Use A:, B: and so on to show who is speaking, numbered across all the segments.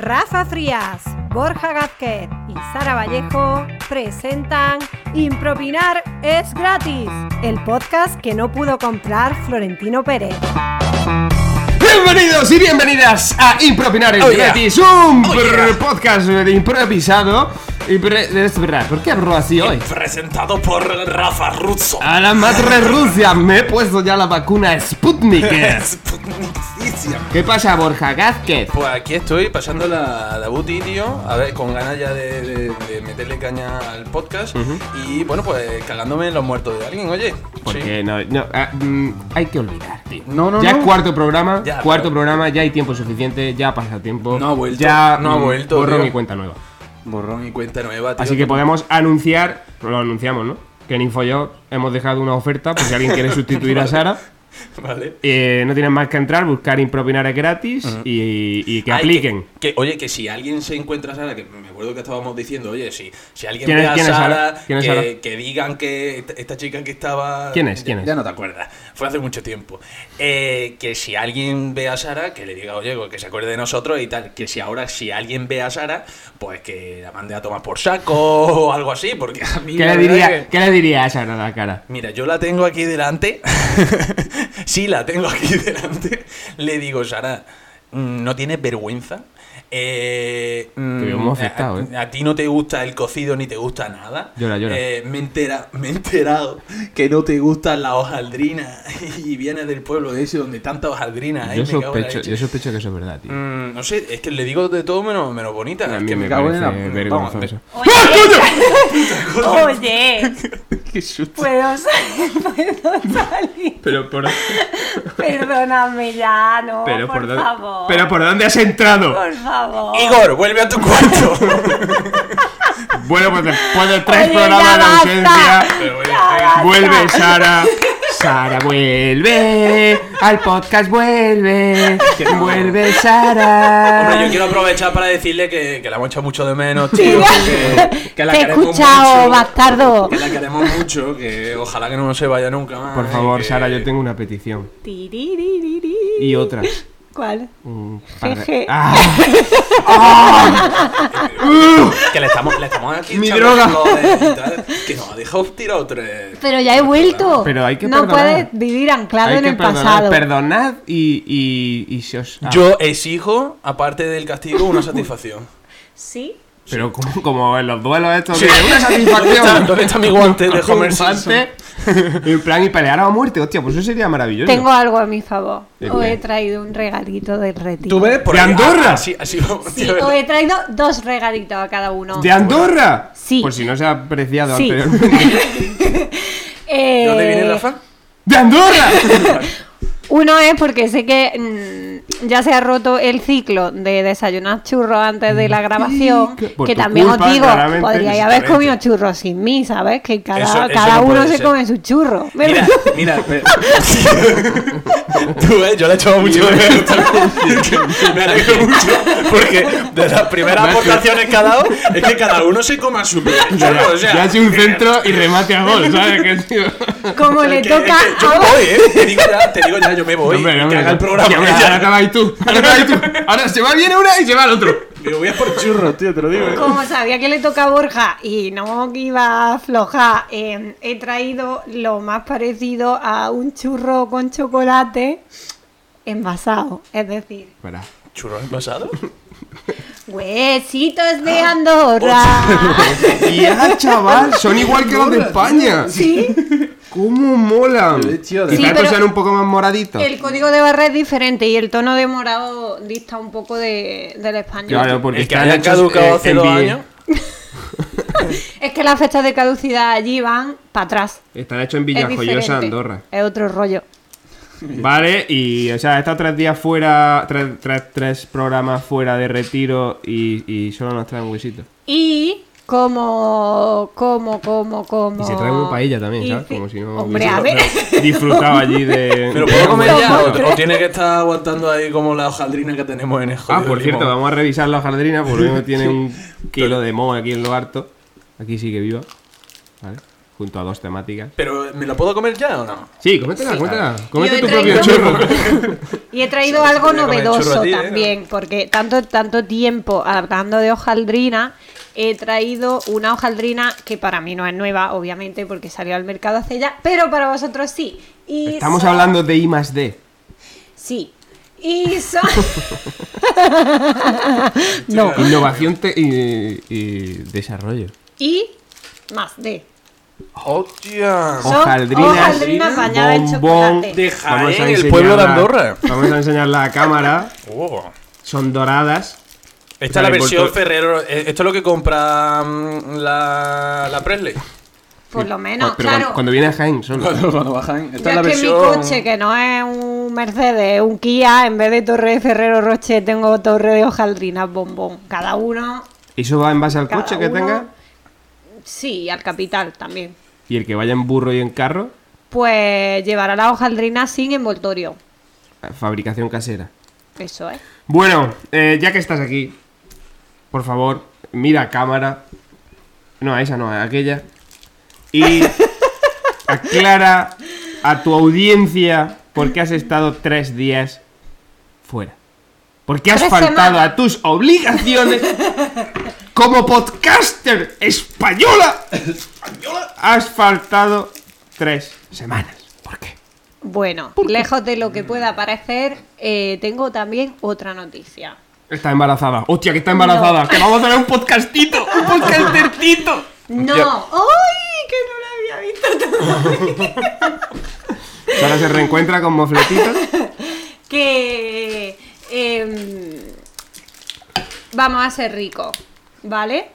A: Rafa Frías, Borja Gázquez y Sara Vallejo presentan Impropinar es gratis, el podcast que no pudo comprar Florentino Pérez.
B: Bienvenidos y bienvenidas a Impropinar es
C: Oh, yeah.
B: gratis, un
C: Oh,
B: pr-
C: yeah.
B: podcast de improvisado. Y pre- es verdad, ¿por qué hablo así hoy? Ah,
C: Presentado por Rafa Ruzzo.
B: A la madre Rusia, me he puesto ya la vacuna Sputnik.
C: Es putnitísimo.
B: ¿Qué pasa, Borja Gázquez?
C: Pues aquí estoy pasando la, la buti, tío. A ver, con ganas ya de, de- de meterle caña al podcast. Y bueno, pues cagándome en los muertos de alguien, oye.
B: Porque no, no, ah, mm, hay que olvidar, tío.
C: No, no,
B: ya
C: no.
B: cuarto programa,
C: Ya,
B: cuarto
C: pero-
B: programa, ya hay tiempo suficiente, ya ha pasado tiempo.
C: No ha vuelto,
B: ya
C: no ha
B: mm,
C: vuelto,
B: Borro
C: tío.
B: mi cuenta nueva.
C: Borrón y cuenta nueva, tío.
B: Así que podemos anunciar, lo anunciamos, ¿no? Que en InfoJob hemos dejado una oferta por si alguien quiere sustituir a Sara.
C: Vale.
B: Eh, no tienen más que entrar, buscar impropinar es gratis y, y que
C: Ay,
B: apliquen.
C: Que, oye, que si alguien se encuentra a Sara, que me acuerdo que estábamos diciendo, oye, si, si alguien
B: ¿Quién es-
C: ve a
B: quién es Sara?
C: Sara,
B: ¿Quién es
C: que,
B: Sara?
C: que digan que esta, esta chica que estaba.
B: ¿Quién es?
C: Ya-
B: ¿Quién es?
C: Ya no te acuerdas, fue hace mucho tiempo. Eh, que si alguien ve a Sara, que le diga, oye, que se acuerde de nosotros y tal. Que si ahora, si alguien ve a Sara, pues que la mande a tomar por saco o algo así, porque a mí.
B: ¿Qué
C: la
B: le,
C: verdad
B: diría,
C: que-
B: ¿Qué le diría a Sara a la cara?
C: Mira, yo la tengo aquí delante. sí, la tengo aquí delante. Le digo, Sara, mm, ¿no tienes vergüenza? Eh, mm,
B: Te veo muy afectado,
C: a,
B: ¿eh?
C: a ti no te gusta el cocido ni te gusta nada.
B: Llora, llora.
C: Eh, me, he entera- me he enterado que no te gustan las hojaldrinas y vienes del pueblo de ese donde tanta hojaldrina hay.
B: Yo
C: me cago en la
B: sospecho,
C: leche.
B: yo sospecho que eso es verdad, tío.
C: Mm, no sé, es que le digo de todo menos, menos bonita.
B: A
C: es
B: mí
C: que
B: Ah, me,
C: me cago en la...
B: parece
C: Vamos,
B: vergonzoso.
A: Oye,
C: Qué susto.
A: puedo salir, puedo salir.
B: Pero por,
A: Perdóname ya, no,
B: pero
A: por,
B: dónde-
A: favor.
B: pero por dónde has entrado.
A: Por favor.
C: Igor, vuelve a tu cuarto.
B: Bueno, pues después de tres
A: Oye, ya
B: programas de
A: basta.
B: ausencia,
C: Pero bueno,
A: Ya
C: venga.
A: basta.
B: vuelve Sara. Sara vuelve, al podcast vuelve, vuelve
C: Hombre, yo
B: Sara.
C: quiero aprovechar para decirle que, que la hemos echado mucho de menos,
A: Ah. Sí,
C: tío.
A: ya.
C: Que, que la
A: Te he
C: queremos
A: escuchado,
C: mucho,
A: bastardo.
C: Que la queremos mucho, que ojalá que no se vaya nunca más.
B: Por
C: y
B: favor,
C: que-
B: Sara, yo tengo una petición.
A: Tiririririri.
B: Y otras.
A: ¿Cuál?
B: Un par de-
A: Jeje.
B: ¡Ah!
C: Que le estamos, le estamos aquí
B: Mi
C: echando
B: droga.
C: flores y tal, que nos ha dejado tirado tres.
A: Pero ya he vuelto.
B: Pero hay que
A: no
B: perdonar.
A: puedes vivir anclado
B: Ah, Hay
A: en
B: que
A: el
B: perdonar,
A: pasado.
B: Perdonad y, y, y se os. ah,
C: Yo exijo, aparte del castigo, una satisfacción.
A: Sí.
B: Pero como, como en los duelos estos.
C: Sí.
B: de una
C: ¿Dónde está,
B: satisfacción.
C: dónde está mi guante de
B: Un
C: Homer Simpson?
B: guante, En plan, y pelear a muerte. Hostia, pues eso sería maravilloso.
A: Tengo algo a mi favor.
B: ¿De
A: Os
B: qué?
A: he traído un regalito del retiro.
C: ¿Tú ves?
B: ¿De
C: ahí-
B: Andorra?
C: ah, Así, así vamos,
A: Sí,
C: tío,
A: os he traído dos regalitos a cada uno.
B: ¿De Andorra?
A: Sí.
B: Por si no se ha apreciado
A: Sí.
B: anteriormente.
A: Eh,
C: ¿De dónde viene Rafa?
B: ¡De Andorra!
A: Uno es porque sé que mm, ya se ha roto el ciclo de desayunar churros antes de la grabación.
B: que- por
A: que
B: tu
A: también
B: culpa,
A: os digo,
B: claramente,
A: podríais haber
C: exactamente.
A: comido churros sin mí, ¿sabes? Que cada,
C: Eso- eso
A: cada
C: no
A: uno
C: puede
A: se
C: ser.
A: come su churro. Pero-
C: Mira, mira, pero- tú, eh, yo le he echado mucho de menos también. Me alegro mucho porque de las primeras aportaciones que ha dado es que cada uno se coma su
B: Ya,
C: o sea, eh,
B: ya hace un centro y remate a gol, ¿sabes? Que, tío.
A: como le
C: que-
A: toca
C: que yo
A: a
C: me voy, eh. Te digo ya, te digo ya, yo me voy.
B: Hombre,
C: que
B: hombre,
C: haga el programa.
B: que ahora,
C: ella.
B: ahora acabáis tú. Ahora acabáis tú. Ahora se va bien una y se va el otro.
C: Me voy a por churros, tío, te lo digo. eh.
A: Como sabía que le toca a Borja y no que iba a aflojar, eh, he traído lo más parecido a un churro con chocolate envasado. Es decir,
B: Espera.
C: ¿Churros envasados?
A: huesitos
B: Ah,
A: de Andorra.
B: Ya, chaval, son igual que los de España.
A: Sí,
B: ¿Cómo molan?
C: tío, de
B: Quizás
A: verdad.
B: estos sean un poco más moraditos.
A: el código de barra es diferente y el tono de morado dista un poco de, del español.
B: Claro, porque
C: El que
B: están
C: había
B: hechos,
C: caducado
B: eh,
C: hace
B: en
C: dos
B: vi-
C: años.
B: pues.
A: Es que las fechas de caducidad allí van para atrás.
B: Están hechos en
A: Es
B: Villajoyosa,
A: diferente.
B: Andorra.
A: Es otro rollo.
B: Vale, y o sea, he estado tres días fuera, tres, tres- tres programas fuera de retiro y, y solo nos traen huesitos.
A: Y como, como, como, como.
B: Y se trae uno para ella también,
A: Y
B: ¿sabes?
A: sí.
B: Como si no
A: Hombre,
B: hubiese
A: a ver.
B: disfrutado allí de.
C: ¿Me lo puedo comer ya?
A: ¿Cómo
C: ¿O-
A: crees?
C: ¿O tiene que estar aguantando ahí como la hojaldrina que tenemos en el
B: Ah,
C: jodido
B: por cierto,
C: limón?
B: vamos a revisar la jardrina porque uno tiene un kilo de moho aquí en lo harto. Aquí sigue viva. Vale. junto a dos temáticas.
C: Pero, ¿me lo puedo comer ya o no?
B: Sí, coméntela, coméntela.
A: Yo
B: Comete
A: he
B: tu propio
A: traído-
B: churro.
A: Y he traído
C: Se me
A: algo
C: podría comer churro
A: novedoso
C: a ti, ¿eh?
A: también, porque tanto, tanto tiempo adaptando de hojaldrina, he traído una hojaldrina que para mí no es nueva, obviamente, porque salió al mercado hace ya, pero para vosotros sí. Y
B: Estamos
A: son-
B: hablando de I más D.
A: Sí. Y son... no.
B: Innovación te- y, y desarrollo.
A: Y más de...
C: ¡Hostia!
A: Son
B: Hojaldrinas,
A: hojaldrinas bañadas en
B: bombón.
A: chocolate.
C: De Jaén,
B: Vamos a
C: el
B: enseñarla-
C: pueblo de Andorra.
B: Vamos a enseñarla a cámara.
C: Oh.
B: Son doradas.
C: Esta es la
B: Dale,
C: versión
B: envoltor-
C: Ferrero. eh, Esto es lo que compra mm, la, la Presley.
A: Por lo menos,
B: Pero
A: claro.
B: cuando, cuando viene a Jaén solo.
C: cuando bajan.
A: Yo es que mi coche, que no es un Mercedes, es un Kia, en vez de Torre de Ferrero Roche, tengo Torre de Hojaldrinas Bombón. Cada uno.
B: Eso va en base al
A: Cada
B: coche que
A: uno-
B: tenga.
A: Sí, al capital también.
B: Y el que vaya en burro y en carro,
A: Pues llevará la hojaldrina sin envoltorio.
B: fabricación casera.
A: Eso es.
B: Bueno, eh, ya que estás aquí, por favor, mira a cámara. No, a esa no, a aquella. Y aclara a tu audiencia por qué has estado tres días fuera. Porque has
A: Tres
B: faltado
A: semanas.
B: a tus obligaciones como podcaster española. Has faltado tres semanas. ¿Por qué?
A: Bueno, lejos de lo que pueda parecer, eh, tengo también otra noticia.
B: Está embarazada. Hostia, que está embarazada. Que vamos a hacer un podcastito. Un podcastertito.
A: ¡No!
B: Hostia,
A: ¡Ay! Que no la había visto
B: Sara se reencuentra con mofletitos.
A: que em, vamos a ser ricos, ¿vale?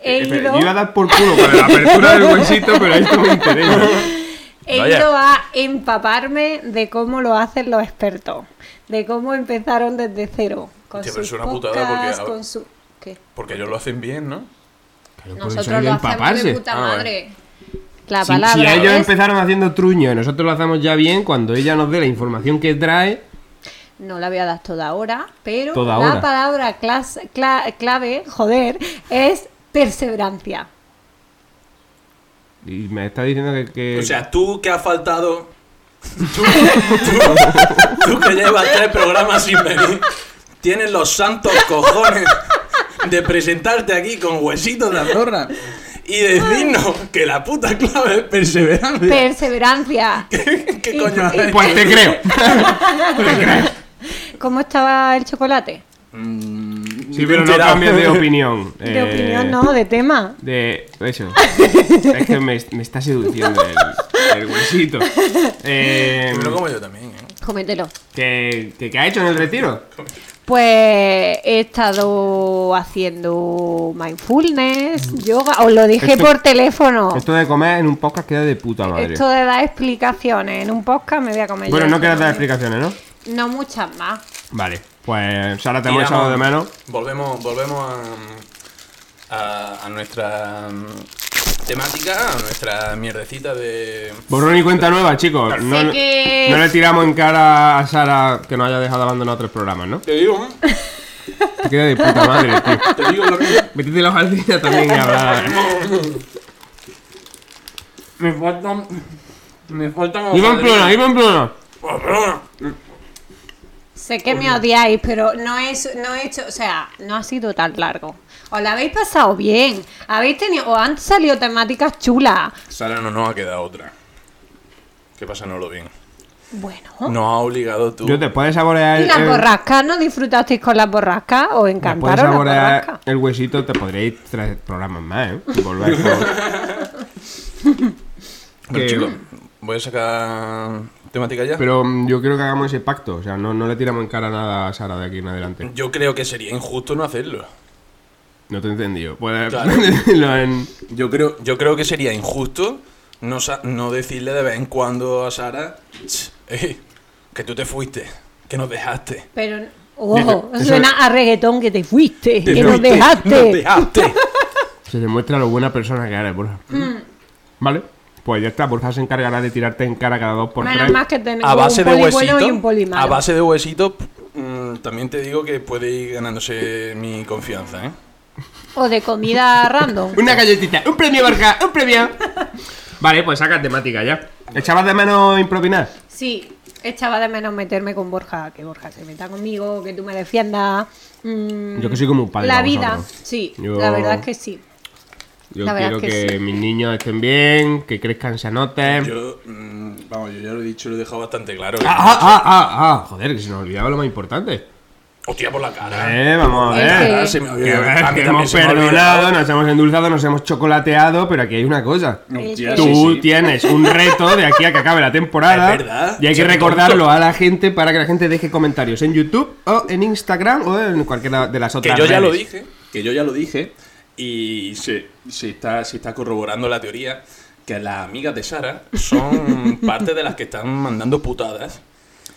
A: He
B: Eh,
A: ido,
B: Yo iba a dar por culo para la apertura del huesito, pero esto me interesa.
A: he
C: Vaya.
A: ido a empaparme de cómo lo hacen los expertos, de cómo empezaron desde cero. Con
C: Hostia, pero
A: sus
C: es una putada
A: podcasts,
C: porque-
A: con su... ¿Qué?
C: Porque ellos lo hacen bien, ¿no?
B: Pues
A: Nosotros lo hacemos de puta
C: Ah,
A: madre. La
B: Si,
A: palabra
B: si ellos
A: es-
B: empezaron haciendo truño y nosotros lo hacemos ya bien, cuando ella nos dé la información que trae,
A: No la voy a dar toda hora, pero
B: Toda
A: la
B: hora.
A: palabra clas- cla- clave, joder, es perseverancia.
B: y me está diciendo que. que-
C: O sea, tú que has faltado. Tú, tú- tú que llevas tres programas sin venir. Tienes los santos cojones de presentarte aquí con huesitos de Andorra y decirnos que la puta clave es perseverancia.
A: Perseverancia.
C: ¿Qué coño haces?
B: Pues te creo.
A: ¿Cómo estaba el chocolate?
C: Mm,
B: Sí, pero no
C: enterado.
B: cambies de opinión.
A: De
B: Eh,
A: opinión, no, de tema.
B: De eso. es que me, me está seduciendo el, el huesito. Eh,
C: Me lo como yo también, ¿eh?
A: Comételo.
B: ¿qué, qué, qué ha hecho en el retiro?
A: Pues he estado haciendo mindfulness, yoga, os lo dije
B: Mm. Esto-
A: por teléfono.
B: Esto de comer en un podcast queda de puta madre.
A: Esto de dar explicaciones en un podcast me voy a comer.
B: Bueno,
A: yo
B: no quieras dar
A: esto.
B: explicaciones, ¿no?
A: No muchas más.
B: Vale, pues Sara te
C: Y
B: hemos
C: vamos,
B: echado de menos.
C: Volvemos, volvemos a, a, a nuestra mm, temática, a nuestra mierdecita de.
B: Borrón y cuenta nueva, chicos. No,
A: Sé que-
B: no le tiramos en cara a Sara que nos haya dejado abandonado tres programas, ¿no?
C: Te digo, ¿eh?
B: Te queda de puta madre, tío.
C: te digo lo mismo.
B: Métete la hojaldrina también y hablar.
C: Me faltan. Me faltan.
B: ¡Iba en plona, iba en plona!
C: Oh,
A: Sé que me odiáis, pero no es, no he hecho, o sea, no ha sido tan largo. Os la habéis pasado bien. Habéis tenido, os han salido temáticas chulas.
C: Sara no nos ha quedado otra. ¿Qué pasa? No lo bien.
A: Bueno.
C: Nos ha obligado tú.
B: Yo te puedes saborear.
A: ¿Y las
B: el-
A: borrascas? ¿No disfrutasteis con las borrascas? ¿Os
B: te Eh, puedes
A: encantaron las
B: saborear
A: borrascas?
B: el huesito, te podréis ir tres programas más, ¿eh? Y volver con-
C: Bueno,
B: que-
C: chicos, voy a sacar temática ya.
B: Pero mm, yo quiero que hagamos ese pacto. O sea, no, no le tiramos en cara nada a Sara de aquí en adelante.
C: Yo creo que sería injusto no hacerlo.
B: No te he entendido. Puedes
C: Claro.
B: decirlo en.
C: Yo creo, yo creo que sería injusto no, sa- no decirle de vez en cuando a Sara "Ch, eh, que tú te fuiste, que nos dejaste.
A: Pero, ojo,
B: Eso- eso-
A: suena a reggaetón que te fuiste, que nos
C: fuiste,
A: dejaste.
C: nos dejaste.
B: Se demuestra lo buena persona que eres, Borja. Vale. Pues ya está, Borja se encargará de tirarte en cara cada dos por
A: Menos
B: tres.
A: más que tenemos
C: a base
A: un
C: de
A: poli
C: huesito,
A: bueno y un poli malo.
C: a base de huesito, p- mm, también te digo que puede ir ganándose mi confianza, ¿eh?
A: O de comida random.
B: Una galletita, un premio, Borja, un premio. Vale, pues saca temática ya. ¿Echabas de menos impropinar?
A: Sí, echaba de menos meterme con Borja, que Borja se meta conmigo, que tú me defiendas. mm,
B: Yo que soy como un padre
A: La
B: para
A: vida,
B: vosotros.
A: sí,
B: Yo-
A: la verdad es que sí.
B: Yo
A: La verdad
B: quiero
A: es
B: que,
A: que sí.
B: mis niños estén bien, que crezcan, se anoten.
C: Yo, mm, vamos, yo ya lo he dicho y lo he dejado bastante claro.
B: Ah, ah, ah, ah, ah, joder, que se nos olvidaba lo más importante.
C: Hostia, por la cara.
B: Eh, vamos a
A: Es
B: ver.
A: que-
C: Ah, se me
B: Que,
C: olvidó.
B: a ver,
C: A mí
B: que
C: también
B: hemos
C: se me ha olvidado.
B: perdonado, nos hemos endulzado, nos hemos chocolateado, pero aquí hay una cosa.
C: Hostia,
A: Sí,
B: Tú tienes un reto de aquí a que acabe la temporada.
C: Es verdad.
B: Y hay que
C: Soy
B: recordarlo
C: tonto.
B: a la gente para que la gente deje comentarios en YouTube o en Instagram o en cualquiera de las
C: Que
B: otras.
C: yo ya lo
B: redes.
C: dije, que yo ya lo dije, y se, se está, se está corroborando la teoría que las amigas de Sara son parte de las que están mandando putadas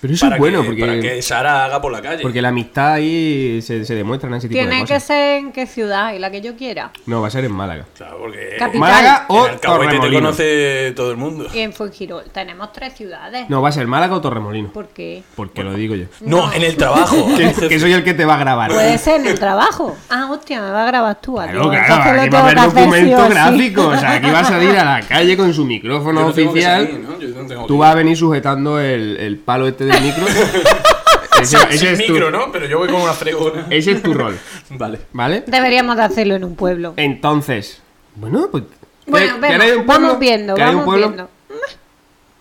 B: Pero eso es bueno,
C: que, para que
B: porque,
C: Sara haga por la calle.
B: porque la amistad ahí se, se demuestra en ese tipo de
A: Tiene que
B: cosas.
A: ser en qué ciudad y la que yo quiera.
B: No, va a ser en Málaga.
C: Claro, porque
A: Capital.
B: Málaga
C: en
B: o
C: Alcahuete te
B: Torremolinos.
C: conoce todo el mundo.
A: Y en Fuengirola tenemos tres ciudades.
B: No, va a ser Málaga o Torremolino.
A: ¿Por qué?
B: Porque lo digo yo.
C: No, en el trabajo. a
B: Que,
C: veces-
B: que soy el que te va a grabar.
A: Pues Puede ser en el trabajo. Ah, hostia, me va a grabar tú.
B: Claro,
A: tío.
B: claro,
A: Entonces lo
B: aquí va a haber
A: tengo que hacer sí
B: documento
A: o sí.
B: gráfico. O sea, aquí va a salir a la calle con su
C: yo
B: micrófono
C: no tengo que
B: oficial.
C: salir, ¿no? Yo no tengo
B: Tú
C: que-
B: vas a venir sujetando el, el palo este del micro. ese,
C: Sin-
B: ese
C: sin
B: es tu,
C: micro, ¿no? Pero yo voy con una fregona.
B: ese es tu rol,
C: Vale.
B: ¿vale?
A: Deberíamos de hacerlo en un pueblo.
B: Entonces, bueno, pues.
A: Bueno,
B: ¿que-
A: vemos,
B: Eh, ¿queréis un pueblo?
A: vamos viendo,
B: ¿Queréis un
A: vamos
B: pueblo? Mm.
A: viendo.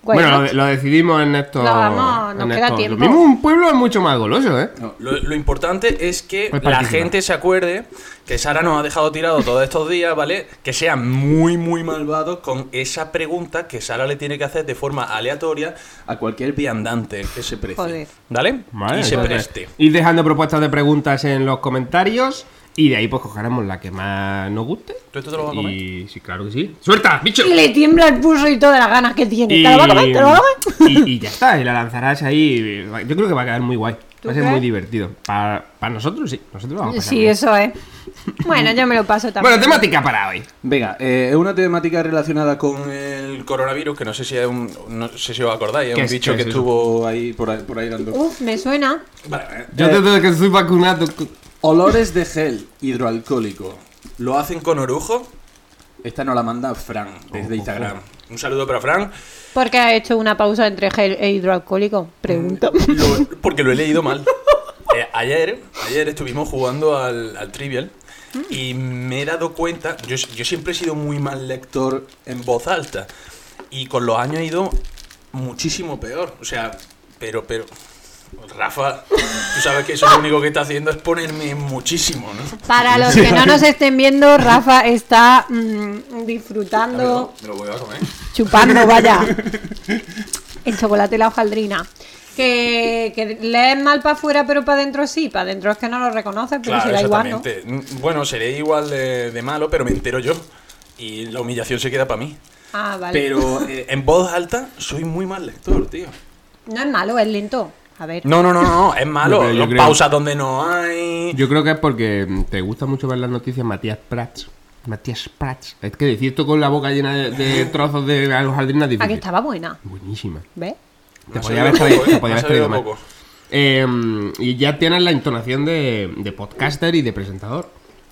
B: Bueno, eh, lo, de- lo decidimos en estos.
A: Lo vamos, nos
B: en
A: queda tiempo.
B: Lo mismo un pueblo es mucho más goloso, ¿eh?
C: No, lo, lo importante es que
B: Pues
C: la
B: participa.
C: gente se acuerde que Sara nos ha dejado tirado todos estos días, ¿vale? Que sean muy, muy malvados con esa pregunta que Sara le tiene que hacer de forma aleatoria a cualquier viandante que se preste.
A: Joder.
C: ¿Vale?
B: Vale,
C: y se
B: entonces,
C: preste.
B: Ir dejando propuestas de preguntas en los comentarios. Y de ahí pues cogeremos la que más nos guste.
C: ¿Tú esto te lo vas a comer?
B: Y sí, claro que sí. ¡Suelta, bicho!
A: Y le tiembla el pulso y todas las ganas que tiene. ¿Te lo va a comer? ¿Te lo va a comer?
B: y- y ya está, y la lanzarás ahí. Yo creo que va a quedar muy guay.
A: ¿Tú
B: Va a ser
A: crees?
B: muy divertido. Para, para nosotros, sí. Nosotros lo vamos a pasar
A: Sí,
B: bien.
A: eso es. Bueno, yo me lo paso también.
B: Bueno, temática para hoy.
C: Venga, eh, es una temática relacionada con el coronavirus, que no sé si, es un- no sé si os acordáis, es
B: ¿Qué
C: un
B: es-
C: bicho
B: qué
C: que
B: es eso?
C: estuvo ahí por ahí, por ahí dando...
A: Uf, me suena.
C: Vale, eh.
B: Yo
C: Eh,
B: desde que estoy vacunado. cu-
C: Olores de gel hidroalcohólico. ¿Lo hacen con orujo? Esta nos la manda Fran desde Instagram. Un saludo para Fran.
A: ¿Por qué ha hecho una pausa entre gel e hidroalcohólico? Pregunto.
B: Mm.
C: Lo- porque lo he leído mal. Eh, ayer, ayer estuvimos jugando al, al Trivial y me he dado cuenta. Yo, yo siempre he sido muy mal lector en voz alta. Y con los años he ido muchísimo peor. O sea, pero, pero. Rafa, tú sabes que eso lo único que está haciendo es ponerme muchísimo, ¿no?
A: Para los que no nos estén viendo, Rafa está mm, disfrutando,
C: Me lo voy a comer.
A: chupando, vaya, el chocolate y la hojaldrina. Que, que lees mal para afuera, pero para adentro sí. Para adentro es que no lo reconoces, pero
C: Claro,
A: será igual, ¿no?
C: exactamente. Mm, Bueno, seré igual de, de malo, pero me entero yo. Y la humillación se queda para mí.
A: Ah, vale.
C: Pero eh, en voz alta soy muy mal lector, tío.
A: No es malo, es lento. A ver.
C: No, no, no, no, es malo.
B: No, pero yo
C: Los
B: creo-
C: pausas donde no hay.
B: Yo creo que es porque mm, te gusta mucho ver las noticias Matías Prats. Matías Prats. Es que decir esto con la boca llena de, de trozos de hojaldrina es
A: Aquí
B: difícil.
A: estaba buena.
B: Buenísima.
A: ¿Ves?
B: Te
C: Me ha
B: podía
C: salido
B: haber traído,
C: poco, ¿eh?
B: te podía
C: Me ha
B: haber traído
C: salido
B: más.
C: poco.
B: Eh, y ya tienes la entonación de, de podcaster y de presentador.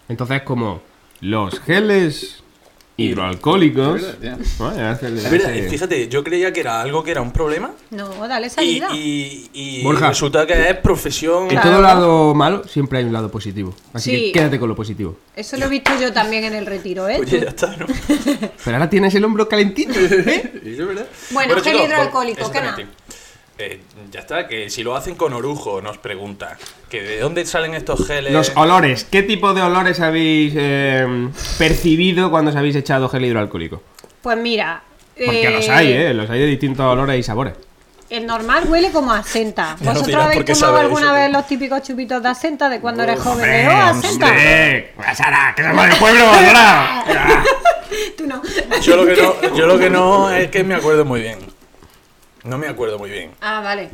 B: Entonces, como los geles hidroalcohólicos.
C: Es verdad,
B: Bueno, ya se le
C: Es verdad,
B: hace-
C: fíjate, yo creía que era algo que era un problema.
A: No, dale
C: Y,
A: salida.
C: y- y
B: Borja.
C: resulta que es profesión.
B: En
A: Claro.
B: todo lado malo siempre hay un lado positivo. Así
A: Sí.
B: que quédate con lo positivo.
A: Eso lo he visto yo también en el retiro, ¿eh?
C: Oye, Pues ya está, ¿no?
B: Pero ahora tienes el hombro calentito. ¿eh?
C: Eso es verdad.
A: Bueno, gel
C: chicos,
A: hidroalcohólico,
C: por-
A: ¿qué nada?
C: exactamente. Eh, ya está, que si lo hacen con orujo, nos pregunta. Que ¿De dónde salen estos geles?
B: Los olores. ¿Qué tipo de olores habéis eh, percibido cuando os habéis echado gel hidroalcohólico?
A: Pues mira.
B: Porque los hay, ¿eh? Los hay de distintos olores y sabores.
A: El normal huele como a senta.
C: Ya no
A: ¿Vosotros
C: dirás
A: habéis
C: por qué
A: tomado
C: sabe
A: alguna
C: eso,
A: vez
C: tío.
A: los típicos chupitos de asenta de cuando eres joven?
B: ¡Hombre,
A: ¿eh? ¡Oh, asenta!
B: hombre! ¡Sara, que somos del pueblo! Sara!
A: Tú no.
C: Yo lo, que no, yo lo que no es que me acuerdo muy bien. No me acuerdo muy bien.
A: Ah, vale.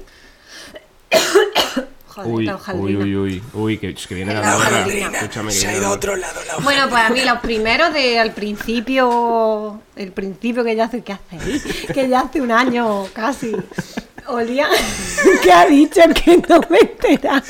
A: Joder,
B: Uy,
A: la
B: uy,
A: hojaldrina.
B: uy, uy, uy, que, es que viene la
A: La
B: gorra.
A: hojaldrina.
B: Escúchame, que
C: Se ha
B: viene
C: ido
B: la
C: a
B: gorra.
C: otro lado la
A: Bueno, pues a mí los primeros de al principio, el principio que ya hace, ¿qué hace? Que ya hace un año casi. Olía, que ha dicho que no me he enterado.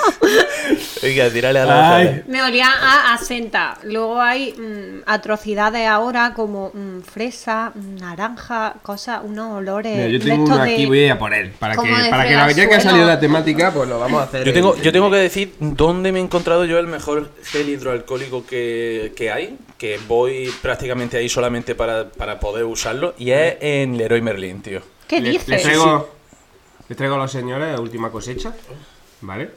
D: Venga, tírale a la
B: Ay,
D: manzana.
A: Me olía a asenta. Luego hay mm, atrocidades ahora como mm, fresa, mm, naranja, cosas, unos olores.
B: mira, yo
A: de
B: tengo
A: estos
B: uno
A: de-
B: aquí, voy a poner. Para
A: como
B: que,
A: de
B: para que la, ya que ha
A: fregar
B: salido
A: suelo.
B: la temática, pues lo vamos a hacer.
C: Yo tengo, yo
B: en-
C: tengo que decir dónde me he encontrado yo el mejor gel hidroalcohólico que, que hay, que voy prácticamente ahí solamente para, para poder usarlo, y es en Leroy Merlin, tío.
A: ¿Qué
B: Le-
A: dices?
B: Les traigo, les traigo a los señores de última cosecha. ¿Vale?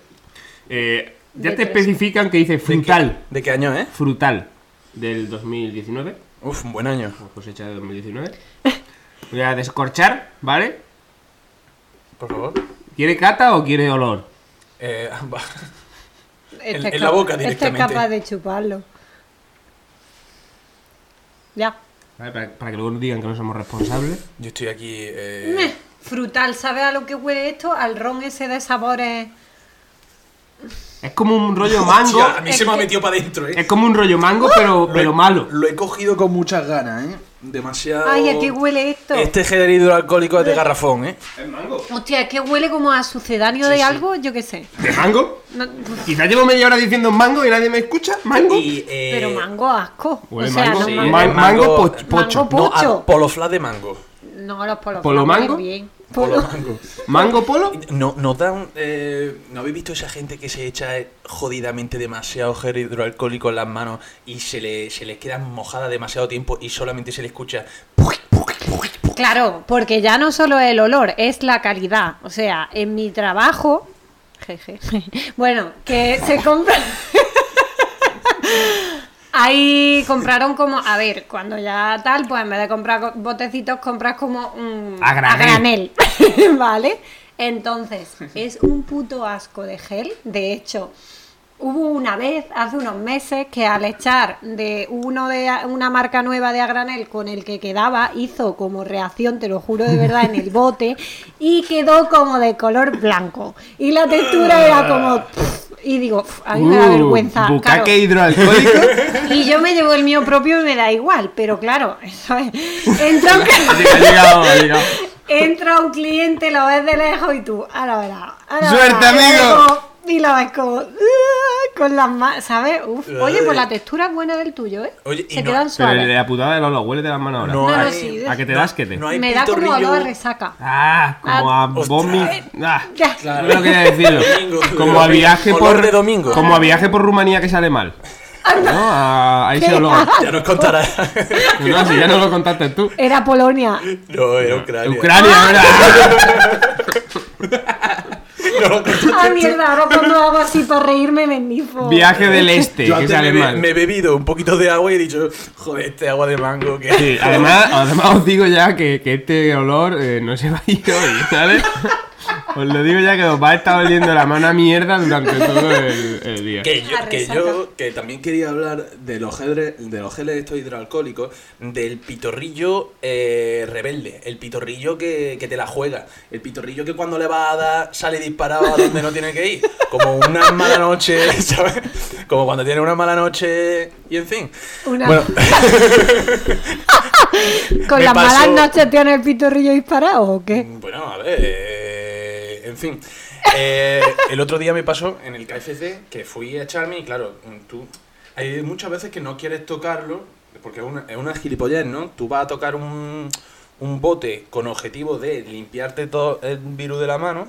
B: Eh, ya
A: De
B: te
A: tres.
B: especifican que dice frutal.
C: ¿De qué año es?
B: Frutal del 2019.
C: Uf, un buen año.
B: o Cosecha de 2019. Voy a descorchar, ¿vale?
C: Por favor.
B: ¿Quiere cata o quiere olor?
C: Eh, va.
A: Este
C: en-
A: es
C: en la
A: capaz-
C: boca
A: Este es
C: directamente.
A: capaz de chuparlo. Ya.
B: ¿Vale? Para, para que luego nos digan que no somos responsables.
C: Yo estoy aquí. eh,
A: Meh, Frutal, ¿sabes a lo que huele esto? Al ron ese de sabores.
B: Es como un rollo mango.
C: Hostia, a mí se me ha metido para adentro,
B: Es
C: eh.
B: como un rollo mango, pero, pero malo.
C: Lo he cogido con muchas ganas, eh. Demasiado.
A: Ay, ¿a qué huele esto?
C: Este gel hidroalcohólico es de garrafón, eh.
B: ¿Es mango?
A: Hostia, es que huele como a sucedáneo de algo, yo qué sé.
B: ¿De mango?
A: No-
B: Quizás llevo media hora diciendo mango y nadie me escucha. ¿Mango?
C: Y, eh,
A: pero mango asco.
B: Huele
A: o sea,
B: mango,
A: no,
B: sí.
A: mango-
B: Ma-
C: es
B: mango
C: mango-
B: poch- pocho.
A: Mango
C: No,
A: pocho.
C: a- poloflá de mango.
A: No, los polos.
B: ¿Polo
A: huelen
B: mango?
A: bien.
C: Polo
A: Polo-
C: mango.
B: ¿Mango polo?
C: No, no dan. eh, ¿No habéis visto esa gente que se echa eh, jodidamente demasiado gel hidroalcohólico en las manos y se le, se les queda mojada demasiado tiempo y solamente se le escucha. "Puj, puj, puj, puj"?
A: Claro, porque ya no solo el olor, es la calidad. O sea, en mi trabajo. Jeje. Bueno, que se compra. Ahí compraron como, a ver, cuando ya tal, pues en vez de comprar co- botecitos, compras como un
B: A granel.
A: granel, ¿vale? Entonces, es un puto asco de gel. De hecho, hubo una vez, hace unos meses, que al echar de uno de a- una marca nueva de a granel con el que quedaba, hizo como reacción, te lo juro de verdad, en el bote, y quedó como de color blanco. Y la textura era como. Y digo, "Pff, a mí me da
B: Uh,
A: vergüenza.
B: bucaque
A: claro".
B: hidroalcohólico.
A: Y yo me llevo el mío propio y me da igual, pero claro, ¿sabes? Entra un,
B: Ha llegado, ha llegado, ha llegado.
A: entra un cliente, lo ves de lejos y tú, ahora verás. ahora
B: Suerte,
A: verás", y
B: amigo.
A: luego- Y lo ves como, "Ah", con las manos, ¿sabes? Uf, Oye, pues la textura es buena del tuyo, ¿eh?
C: Oye, y
A: Se
C: no-
A: quedan
B: Pero
A: suaves.
B: la putada de Lolo, huele de las manos ahora.
A: No, no,
C: hay-
A: sí.
B: ¿A que te das que te?
C: no hay
A: me da como
C: pitorrillo.
A: olor a resaca.
B: Ah, como
A: Ah,
B: a Bombi. Ah,
A: Ya.
C: Claro.
B: no quería decirlo.
C: Domingo,
B: como
C: olor
B: a
C: de-
B: viaje
C: olor
B: por
C: de domingo.
B: Como a viaje por Rumanía que sale mal. ¿No? A, a ese
A: ¿Qué?
B: olor.
C: Ya nos contarás.
B: No, si ya no lo contaste tú.
A: Era Polonia.
C: no, era Ucrania.
B: Ucrania,
A: Ah,
B: ¿verdad?
C: No lo contaste.
A: Ah, mierda, ahora cuando hago así para reírme me nifo.
B: Viaje del Este,
C: Yo
B: que
C: antes
B: sale
C: me, be-
B: mal.
C: me he bebido un poquito de agua y he dicho, joder, este agua de mango que.
B: Sí, además, además os digo ya que, que este olor eh, no se va a ir hoy, ¿sabes? Os lo digo ya que os va a estar oliendo la mano a mierda durante todo el, el día.
C: Que yo,
A: La
C: que
A: resaca.
C: yo que también quería hablar de los geles, de los geles estos hidroalcohólicos, del pitorrillo eh, rebelde, el pitorrillo que, que te la juega, el pitorrillo que cuando le va a dar sale disparado a donde no tiene que ir, como una mala noche, ¿sabes? Como cuando tiene una mala noche y en fin.
A: Una-
C: Bueno,
A: ¿Con
C: me
A: las malas
C: pasó-
A: noches tiene el pitorrillo disparado o qué?
C: Mm, bueno, a ver, eh, en fin. Eh, el otro día me pasó en el KFC que fui a echarme y claro, mm, tú... Hay muchas veces que no quieres tocarlo, porque es una, es una gilipollez, ¿no? Tú vas a tocar un, un bote con objetivo de limpiarte todo el virus de la mano,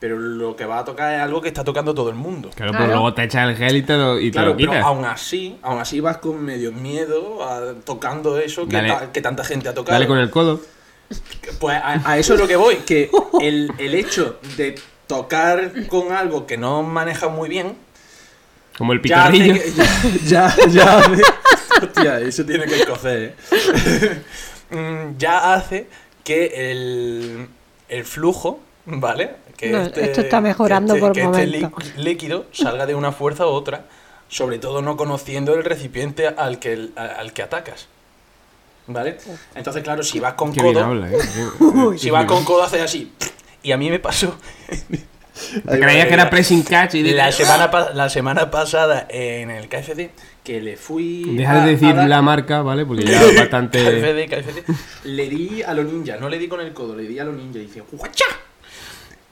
C: pero lo que vas a tocar es algo que está tocando todo el mundo.
B: Claro,
A: Claro.
B: pues luego te echas el gel y te lo, y te
C: Claro,
B: lo
C: pero
B: quitas.
C: aún así, aún así vas con medio miedo a- tocando eso que,
B: Dale.
C: ta- que tanta gente ha tocado.
B: Dale con el codo.
C: Pues a, a eso es lo que voy, que el, el hecho de tocar con algo que no manejas muy bien,
B: Como el
C: ya hace
B: pitorrillo.
C: que- ya, ya, ya hace- hostia, eso tiene que escocer, ¿eh? Mm, ya hace que el, el flujo, ¿vale? Que
A: No, esto está mejorando
C: que este-
A: por
C: que este
A: momento.
C: lí- líquido salga de una fuerza u otra, sobre todo no conociendo el recipiente al que, el- a- al que atacas. ¿Vale? Entonces, claro, si vas con
B: Qué bien
C: codo,
B: habla, ¿eh?
C: si vas con codo haces así. Y a mí me pasó.
B: Te creías que era pressing catch y "Ah".
C: La
B: dices,
C: semana, pa- la semana pasada en el KFC que le fui.
B: Deja de decir la marca, ¿vale? Porque ya es bastante...
C: KFC, KFC. Le di a lo ninja, no le di con el codo, le di a lo ninja y dije, ¡guacha!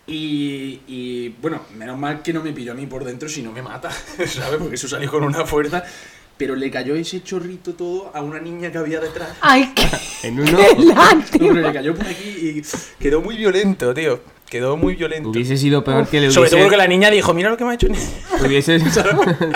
C: Y, y, bueno, menos mal que no me pilló a mí por dentro si no me mata, ¿sabes? Porque eso salió con una fuerza. Pero le cayó ese chorrito todo a una niña que había detrás.
A: Ay, qué,
B: En uno
A: qué
C: No, pero le
A: lástima.
C: cayó por aquí y
D: Quedó muy violento, tío. Quedó muy violento.
B: hubiese sido peor que le hubiese...
C: Sobre todo porque la niña dijo, mira lo que me ha hecho.
B: hubiese
D: A la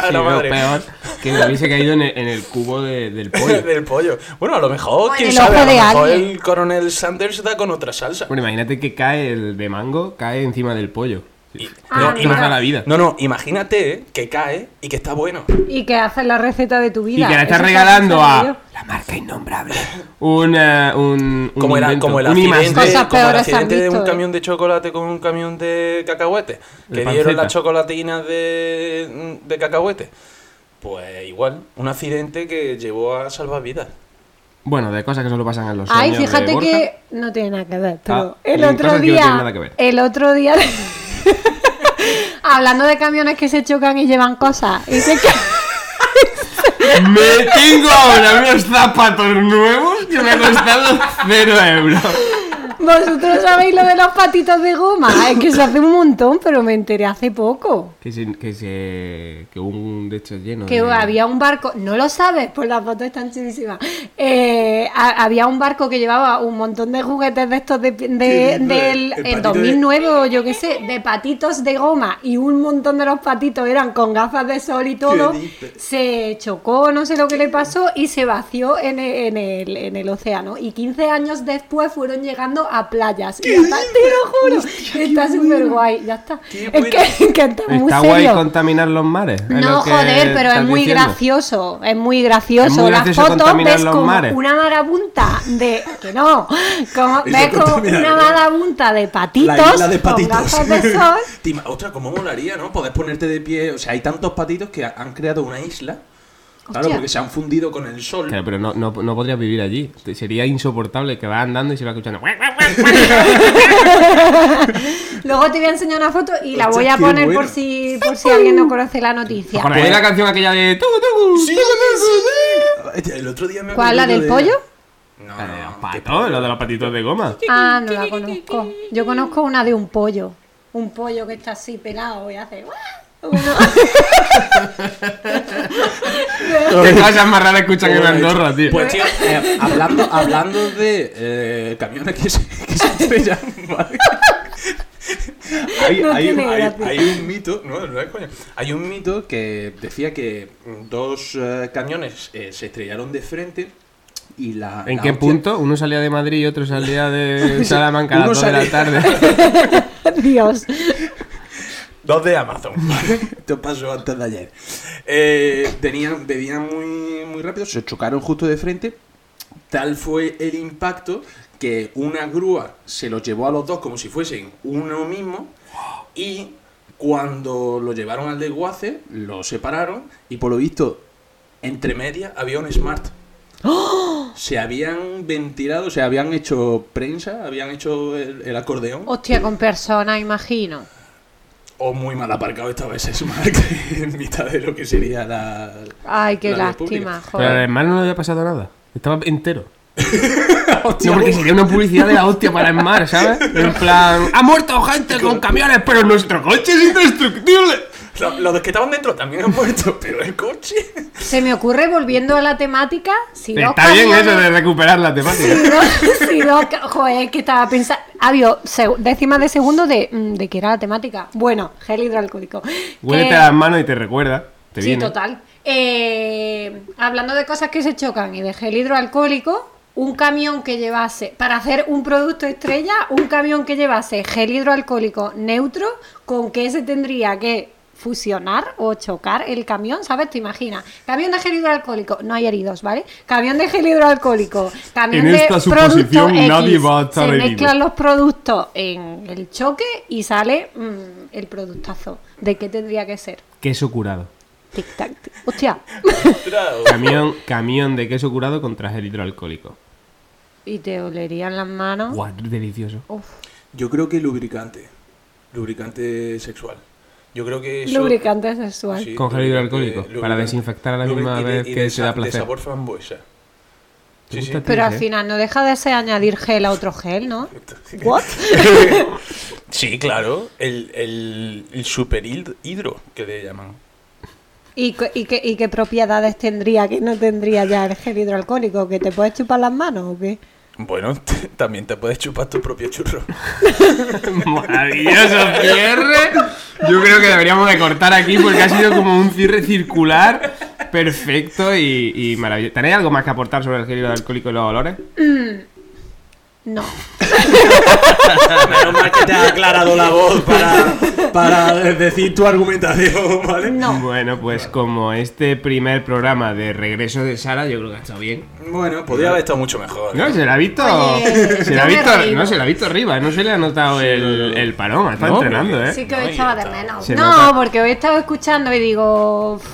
B: sido
D: madre.
B: peor que le hubiese caído en el, en el cubo de- del pollo.
D: Del pollo.
C: Bueno, a lo mejor,
A: en
C: quién
A: el
C: sabe,
A: ojo
C: a lo
A: de
C: mejor
A: alguien.
C: el coronel Sanders da con otra salsa.
B: Bueno, imagínate que cae el de mango, cae encima del pollo.
C: Y-
A: Ah,
B: Te
A: mira.
B: baja la vida.
C: No, no, imagínate que cae y que está bueno.
A: Y que haces la receta de tu
B: Y
A: vida.
B: que la estás
A: Eso
B: regalando
A: está
B: a
A: sucedido.
B: la marca innombrable. Un, eh, un, un
C: Como, era,
B: invento,
C: como el
B: un I más
C: accidente,
B: D.
A: Cosas
C: como el
A: peores se han
C: accidente de
A: visto,
C: un
A: ¿eh?
C: camión de chocolate con un camión de cacahuete.
B: De
C: Que dieron
B: panceta.
C: las chocolatinas de, de cacahuete. Pues igual, un accidente que llevó a salvar vidas.
B: Bueno, de cosas que solo pasan en los
A: Ay,
B: sueños de
A: fíjate
B: Borja.
A: que no tiene nada que ver, pero
B: Ah,
A: el
B: cosas que
A: otro
B: no tienen
A: día,
B: nada que ver.
A: el otro día, hablando de camiones que se chocan y llevan cosas, y se ca-
B: Me tengo ahora unos zapatos nuevos que me han costado cero euros.
A: vosotros sabéis lo de los patitos de goma, es que se hace un montón, pero me enteré hace poco.
B: Que se, que se. que hubo un de estos lleno.
A: Que
B: de-
A: había un barco, no lo sabes, pues las fotos están chulísimas. Eh, ha- había un barco que llevaba un montón de juguetes de estos de, de- del,
C: el
A: en
C: patito de-
A: 2009 o yo qué sé, de patitos de goma y un montón de los patitos eran con gafas de sol y todo.
C: dices?
A: Se chocó, no sé lo que le pasó y se vació en el, en el, en el océano. Y 15 años después fueron llegando a playas. Y está- te lo juro, está súper guay, ya está.
C: Qué
A: Es que, que está muy
B: Está guay
A: serio.
B: contaminar los mares. es
A: No,
B: lo que
A: joder, pero es
B: estás
A: muy
B: diciendo.
A: gracioso, es muy gracioso.
B: Es muy gracioso
A: Las fotos
B: contaminar
A: ves
B: los
A: como
B: mares.
A: una marabunta de... Que no, como,
C: Eso
A: ves como
C: contaminar,
A: una
C: ¿no?
A: marabunta de patitos,
C: La isla de
A: con
C: patitos.
A: gafas de sol.
C: Te ima- Ostras, ¿cómo molaría, no? Poder ponerte de pie. O sea, hay tantos patitos que ha- han creado una isla. Claro,
A: Hostia.
C: porque se han fundido con el sol.
B: Claro, pero no, no, no podrías vivir allí. Te- Sería insoportable que vas andando y se va escuchando.
A: Luego te voy a enseñar una foto y la
C: Hostia,
A: voy a
C: qué
A: poner
C: bueno.
A: por, si, por si alguien no conoce la noticia.
B: Con la canción aquella de. tucu, tucu,
C: Sí, sí,
B: tucu, tucu.
C: sí. El otro día me
A: ¿Cuál? ¿La
C: acordé
A: del
C: de-
A: pollo?
C: No,
B: La de Eh, los
C: no, qué
B: patos, lo de los patitos de goma.
A: Ah, no la conozco. Yo conozco una de un pollo. Un pollo que está así pelado y hace... "Guau". Bueno,
B: Qué cosas más raras escuchan en
C: Bueno,
B: Andorra, tío.
C: Pues tío, eh, hablando, hablando de eh, camiones que se, que se estrellan, ¿vale? Hay,
A: No
C: hay un,
A: tiene
C: hay-
A: gracia.
C: hay un mito, no, no es coña. Hay un mito que decía que dos eh, camiones eh, se estrellaron de frente y la.
B: ¿En
C: la
B: qué
C: hostia-
B: punto? Uno salía de Madrid y otro salía de Salamanca a las
C: Uno
B: 2 de la
C: salía-
B: tarde.
A: Dios.
C: Dos de Amazon. Esto pasó antes de ayer. Eh, tenían, bebían muy, muy rápido, se chocaron justo de frente. Tal fue el impacto que una grúa se los llevó a los dos como si fuesen uno mismo. Y cuando lo llevaron al desguace, lo separaron. Y por lo visto, entre medias había un Smart. Se habían ventilado, se habían hecho prensa, habían hecho el, el acordeón.
A: Hostia, con personas, imagino.
C: O muy mal aparcado estaba ese Smart en mitad de lo que sería la.
A: Ay, qué
C: la
A: lástima,
C: República.
B: Pero
A: joder.
B: además no le había pasado nada. Estaba entero.
C: Hostia,
B: No, porque sería una publicidad de la hostia para el mar, ¿sabes? En plan, ha muerto gente con camiones, pero nuestro coche es indestructible.
C: lo- Los que estaban dentro también han muerto, pero el coche.
A: Se me ocurre, volviendo a la temática, si dos
B: Está bien
A: camiones-
B: eso de recuperar la temática.
A: Si dos, si dos ca- joder, es que estaba pensando... Había seg- décimas de segundo de, mm, de que era la temática. Bueno, gel hidroalcohólico.
B: Huélete
A: Que-
B: las manos y te recuerda. Te
A: sí,
B: viene.
A: total. Eh, hablando de cosas que se chocan y de gel hidroalcohólico, un camión que llevase, para hacer un producto estrella, un camión que llevase gel hidroalcohólico neutro, ¿con qué se tendría que fusionar o chocar el camión? ¿Sabes? Te imaginas. Camión de gel hidroalcohólico, no hay heridos, ¿vale? Camión de gel hidroalcohólico, camión
B: En
A: de
B: esta
A: producto
B: suposición
A: X,
B: nadie va a estar
A: se
B: herido.
A: mezclan los productos en el choque y sale mm, el productazo. ¿De qué tendría que ser?
B: Queso curado.
A: Tic tac. tic. Hostia.
B: Camión, camión de queso curado con traje hidroalcohólico.
A: Y te olerían las manos.
B: Guau, delicioso.
A: Uf.
C: Yo creo que lubricante. Lubricante sexual. Yo creo que. eso-
A: Lubricante sexual.
C: Sí,
B: Con gel
C: lubricante- eh,
B: hidroalcohólico, para
C: lubricante-
B: desinfectar a la misma
C: lubricante-
B: vez
C: y
B: que
C: de
B: se da
C: sa-
B: placer.
C: De sabor frambuesa.
B: Te gusta a ti,
A: Pero al
B: ¿eh?
A: final no deja de ser añadir gel a otro gel, ¿no? ¿What?
D: Sí, claro. El, el, el super hid- hidro, que le llaman.
A: ¿Y, cu- y qué, y qué propiedades tendría que no tendría ya el gel hidroalcohólico? ¿Que te puedes chupar las manos o qué?
D: Bueno, t- también te puedes chupar tu propio churro.
B: Maravilloso cierre. Yo creo que deberíamos de cortar aquí porque ha sido como un cierre circular perfecto y, y maravilloso. ¿Tenéis algo más que aportar sobre el gel alcohólico y los olores?
A: No.
C: Menos mal que te has aclarado la voz para, para decir tu argumentación, ¿vale?
A: No.
B: Bueno, pues como este primer programa de regreso de Sara, yo creo que ha estado bien.
C: Bueno,
D: Podría haber estado mucho mejor.
B: No,
D: ¿eh?
B: se la ha visto.
A: Oye,
B: se la ha
A: yo me
B: visto.
A: río.
B: No, se la ha visto arriba. No se le ha notado el, el parón. Está entrenando, ¿eh?
A: Sí que
D: No,
A: hoy
D: y
A: estaba de
D: está-
A: menos.
B: se
A: No,
B: nota.
A: porque hoy estaba escuchando y digo. "Uf,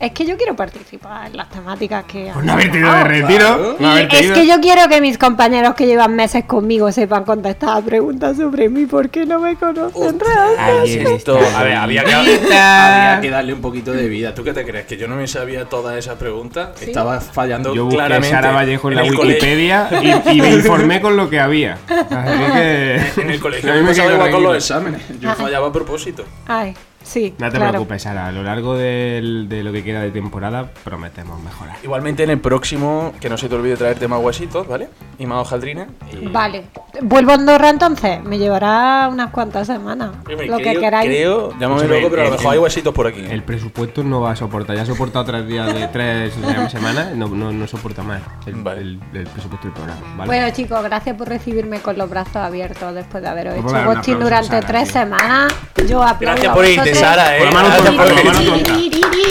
A: Es que yo quiero participar en las temáticas que.
B: Por
A: han
B: Pues no haber tenido de
D: Ah,
A: tocado".
B: retiro.
A: Y
B: No haber
A: es
B: tenido.
A: que yo quiero que mis compañeros que llevan meses conmigo sepan contestar a preguntas sobre mí porque no me conocen realmente.
B: Alguien
D: Esto,
B: está
D: a ver, había que,
B: bonita.
D: había que darle un poquito de vida. ¿Tú qué te crees? ¿Que yo no me sabía todas esas preguntas? Estaba fallando
B: Yo busqué a
D: claramente.
B: Sara Vallejo en la
D: el
B: Wikipedia y, y me informé con lo que había. Así que.
D: colegio. Ah. En el colegio
B: a mí
D: me pasaba
B: quedé
D: igual con
B: tranquilo.
D: los exámenes. Yo
A: Ajá.
D: fallaba a propósito.
A: Ay, sí.
B: No te
A: claro.
B: preocupes, Sara. A lo largo del- de lo que queda de temporada, prometemos mejorar.
D: Igualmente en el próximo, que no se te olvide traerte más huesitos, ¿vale? Y más hojaldrines. Y-
A: Vale. ¿Vuelvo a Andorra entonces? Me llevará unas cuantas semanas.
D: Hombre,
A: Lo que
D: creo-
A: queráis.
D: Creo, llámame
B: Escúchame,
D: loco, pero a
B: el-
D: lo mejor hay huesitos por aquí.
B: El presupuesto no va a soportar. Ya ha soportado tres días de tres o sea, semanas. No, no, no soporta más el,
D: Vale.
B: el- el presupuesto del programa. ¿vale?
A: Bueno, chicos, gracias por recibirme con los brazos abiertos después de haberos
B: Vamos a
A: hecho
B: dar un
A: ghosting
B: aplauso a
A: durante
B: Sara,
A: tres
B: tío.
A: semanas. Yo aplaudo.
D: Gracias
A: a
D: por irte,
A: vosotros.
D: Sara, eh.
B: Por la mano
D: Gracias
B: tonta, por la mano tonta.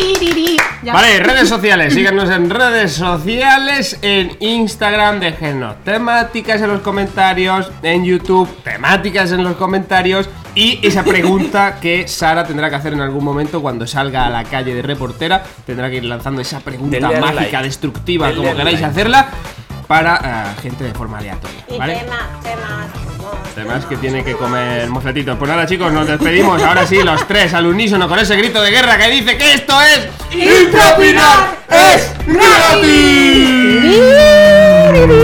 A: Ya.
B: Vale, redes sociales, síganos en redes sociales, en Instagram, déjenos temáticas en los comentarios, en YouTube, temáticas en los comentarios y esa pregunta que Sara tendrá que hacer en algún momento cuando salga a la calle de reportera, tendrá que ir lanzando esa pregunta
D: Denle al
B: mágica,
D: like.
B: destructiva,
D: Denle
B: como
D: al
B: queráis
D: like.
B: hacerla, para eh, gente de forma aleatoria,
A: Y
B: ¿vale?
A: temas, temas.
B: Además que tiene que comer mofletitos. Pues nada chicos, nos despedimos ahora sí los tres al unísono con ese grito de guerra que dice que esto es
A: Impropinar
B: es gratis.